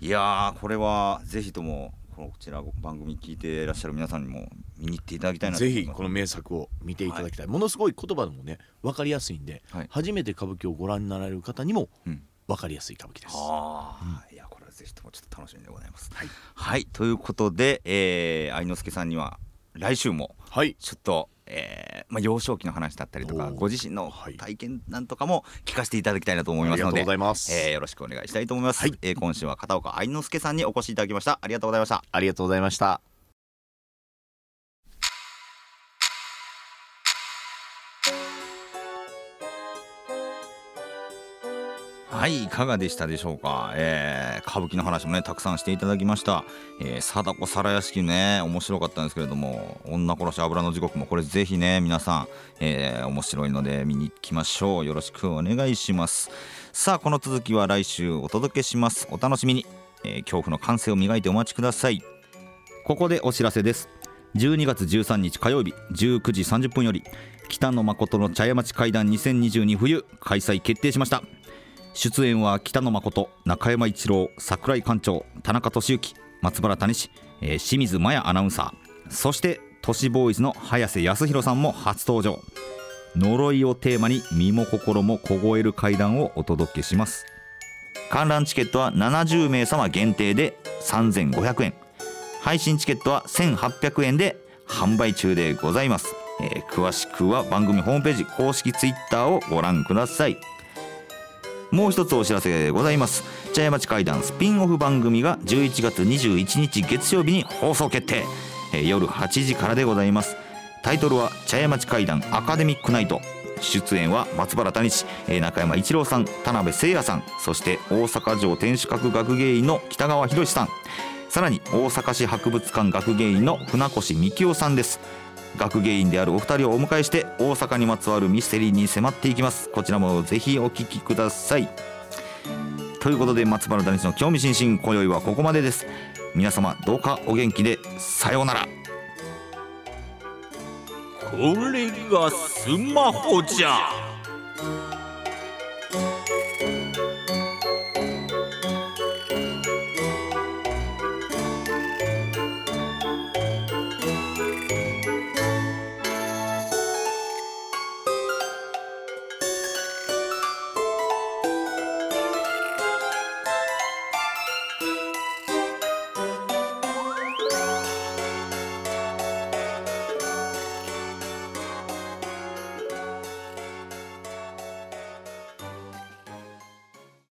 [SPEAKER 1] いやーこれはぜひともこちら番組聞いていらっしゃる皆さんにも見に行っていただきたいなと
[SPEAKER 2] ぜ
[SPEAKER 1] 思い
[SPEAKER 2] ひ
[SPEAKER 1] ます
[SPEAKER 2] この名作を見ていただきたい、ものすごい言葉でもね分かりやすいんで、
[SPEAKER 1] はい
[SPEAKER 2] 初めて歌舞伎をご覧になられる方にも
[SPEAKER 1] うん
[SPEAKER 2] 分かりやすい歌舞伎です、
[SPEAKER 1] ああ、いやこれはぜひともちょっと楽しみでございます。はい、ということで、えー、愛之助さんには来週も
[SPEAKER 2] はい
[SPEAKER 1] ちょっと、えーまあ、幼少期の話だったりとか
[SPEAKER 2] おー
[SPEAKER 1] ご自身の
[SPEAKER 2] はい
[SPEAKER 1] 体験なんとかも聞かせていただきたいなと思いますの
[SPEAKER 2] ありがとう
[SPEAKER 1] で
[SPEAKER 2] ございます
[SPEAKER 1] えーよろしくお願いしたいと思います、えー今週は片岡愛之助さんにお越しいただきましたありがとうございました
[SPEAKER 2] ありがとうございました
[SPEAKER 1] はいいかがでしたでしょうか、えー歌舞伎の話もねたくさんしていただきました、えー、貞子皿屋敷ね面白かったんですけれども女殺し油の地獄もこれぜひね皆さん、えー面白いので見に行きましょうよろしくお願いしますさあこの続きは来週お届けしますお楽しみに、えー恐怖の感性を磨いてお待ちくださいここでお知らせです12月13日火曜日19時30分より北野誠の茶屋町会談2022冬開催決定しました出演は北野誠中山一郎桜井館長田中俊之松原谷氏、えー清水麻也アナウンサーそして都市ボーイズの早瀬康弘さんも初登場呪いをテーマに身も心も凍える怪談をお届けします観覧チケットは70名様限定で3500円配信チケットは1800円で販売中でございます、えー詳しくは番組ホームページ公式ツイッターをご覧くださいもう一つお知らせでございます茶屋町会談スピンオフ番組が11月21日月曜日に放送決定、えー夜8時からでございますタイトルは茶屋町会談アカデミックナイト出演は松原谷氏えー中山一郎さん田辺誠也さんそして大阪城天守閣学芸員の北川博さんさらに大阪市博物館学芸員の船越幹夫さんです学芸員であるお二人をお迎えして大阪にまつわるミステリーに迫っていきますこちらもぜひお聞きくださいということで松原谷氏の興味津々今宵はここまでです皆様どうかお元気でさようなら
[SPEAKER 3] これがスマホじゃ